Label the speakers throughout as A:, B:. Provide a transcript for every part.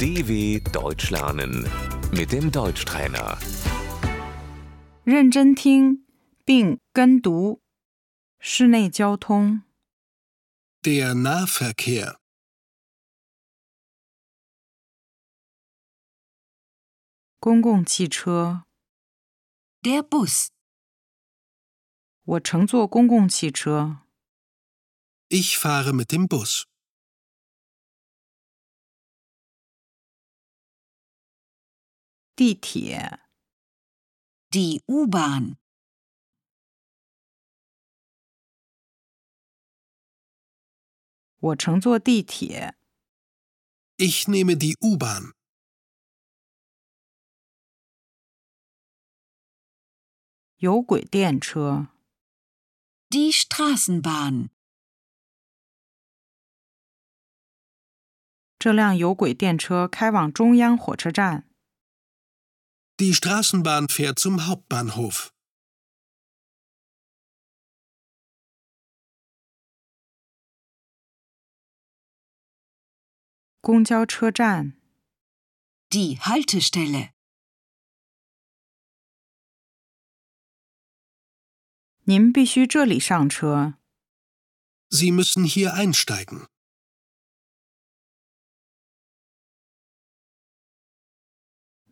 A: DW Deutsch lernen mit dem Deutschtrainer.
B: 认真听并跟读。室内交通、
C: Der Nahverkehr.
B: 公共汽车。
D: Der Bus.
B: 我乘坐公共汽车。
C: Ich fahre mit dem Bus.
B: 地铁、
D: Die U-Bahn.
B: 我乘坐地铁。
C: Ich nehme die U-Bahn.
B: 有轨电车、
D: Die Straßenbahn.
B: 这辆有轨电车开往中央火车站。
C: Die Straßenbahn fährt zum Hauptbahnhof.
B: 公交车站、
D: Die Haltestelle.
B: 您必须这里上车。
C: Sie müssen hier einsteigen.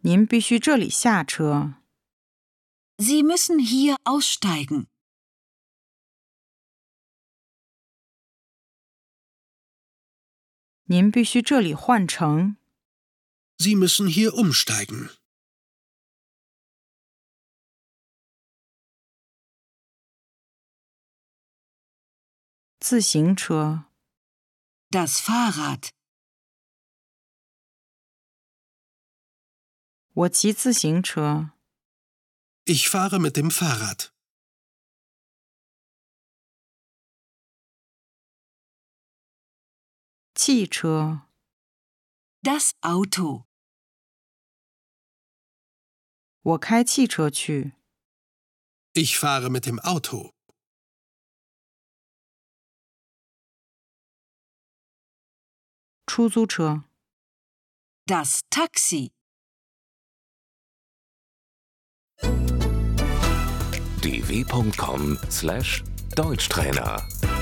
B: 您必须这里下车。
D: Sie müssen hier aussteigen.
B: 您必须这里换乘。
C: Sie müssen hier umsteigen.
B: 自行车、
D: Das Fahrrad.
B: 我骑自行车。
C: Ich fahre mit dem Fahrrad.
B: «汽车、
D: Das Auto.
B: 我开汽车去。»
C: Ich fahre mit dem Auto.
B: 出租车、
D: Das Taxi.
A: dw.com/deutschtrainer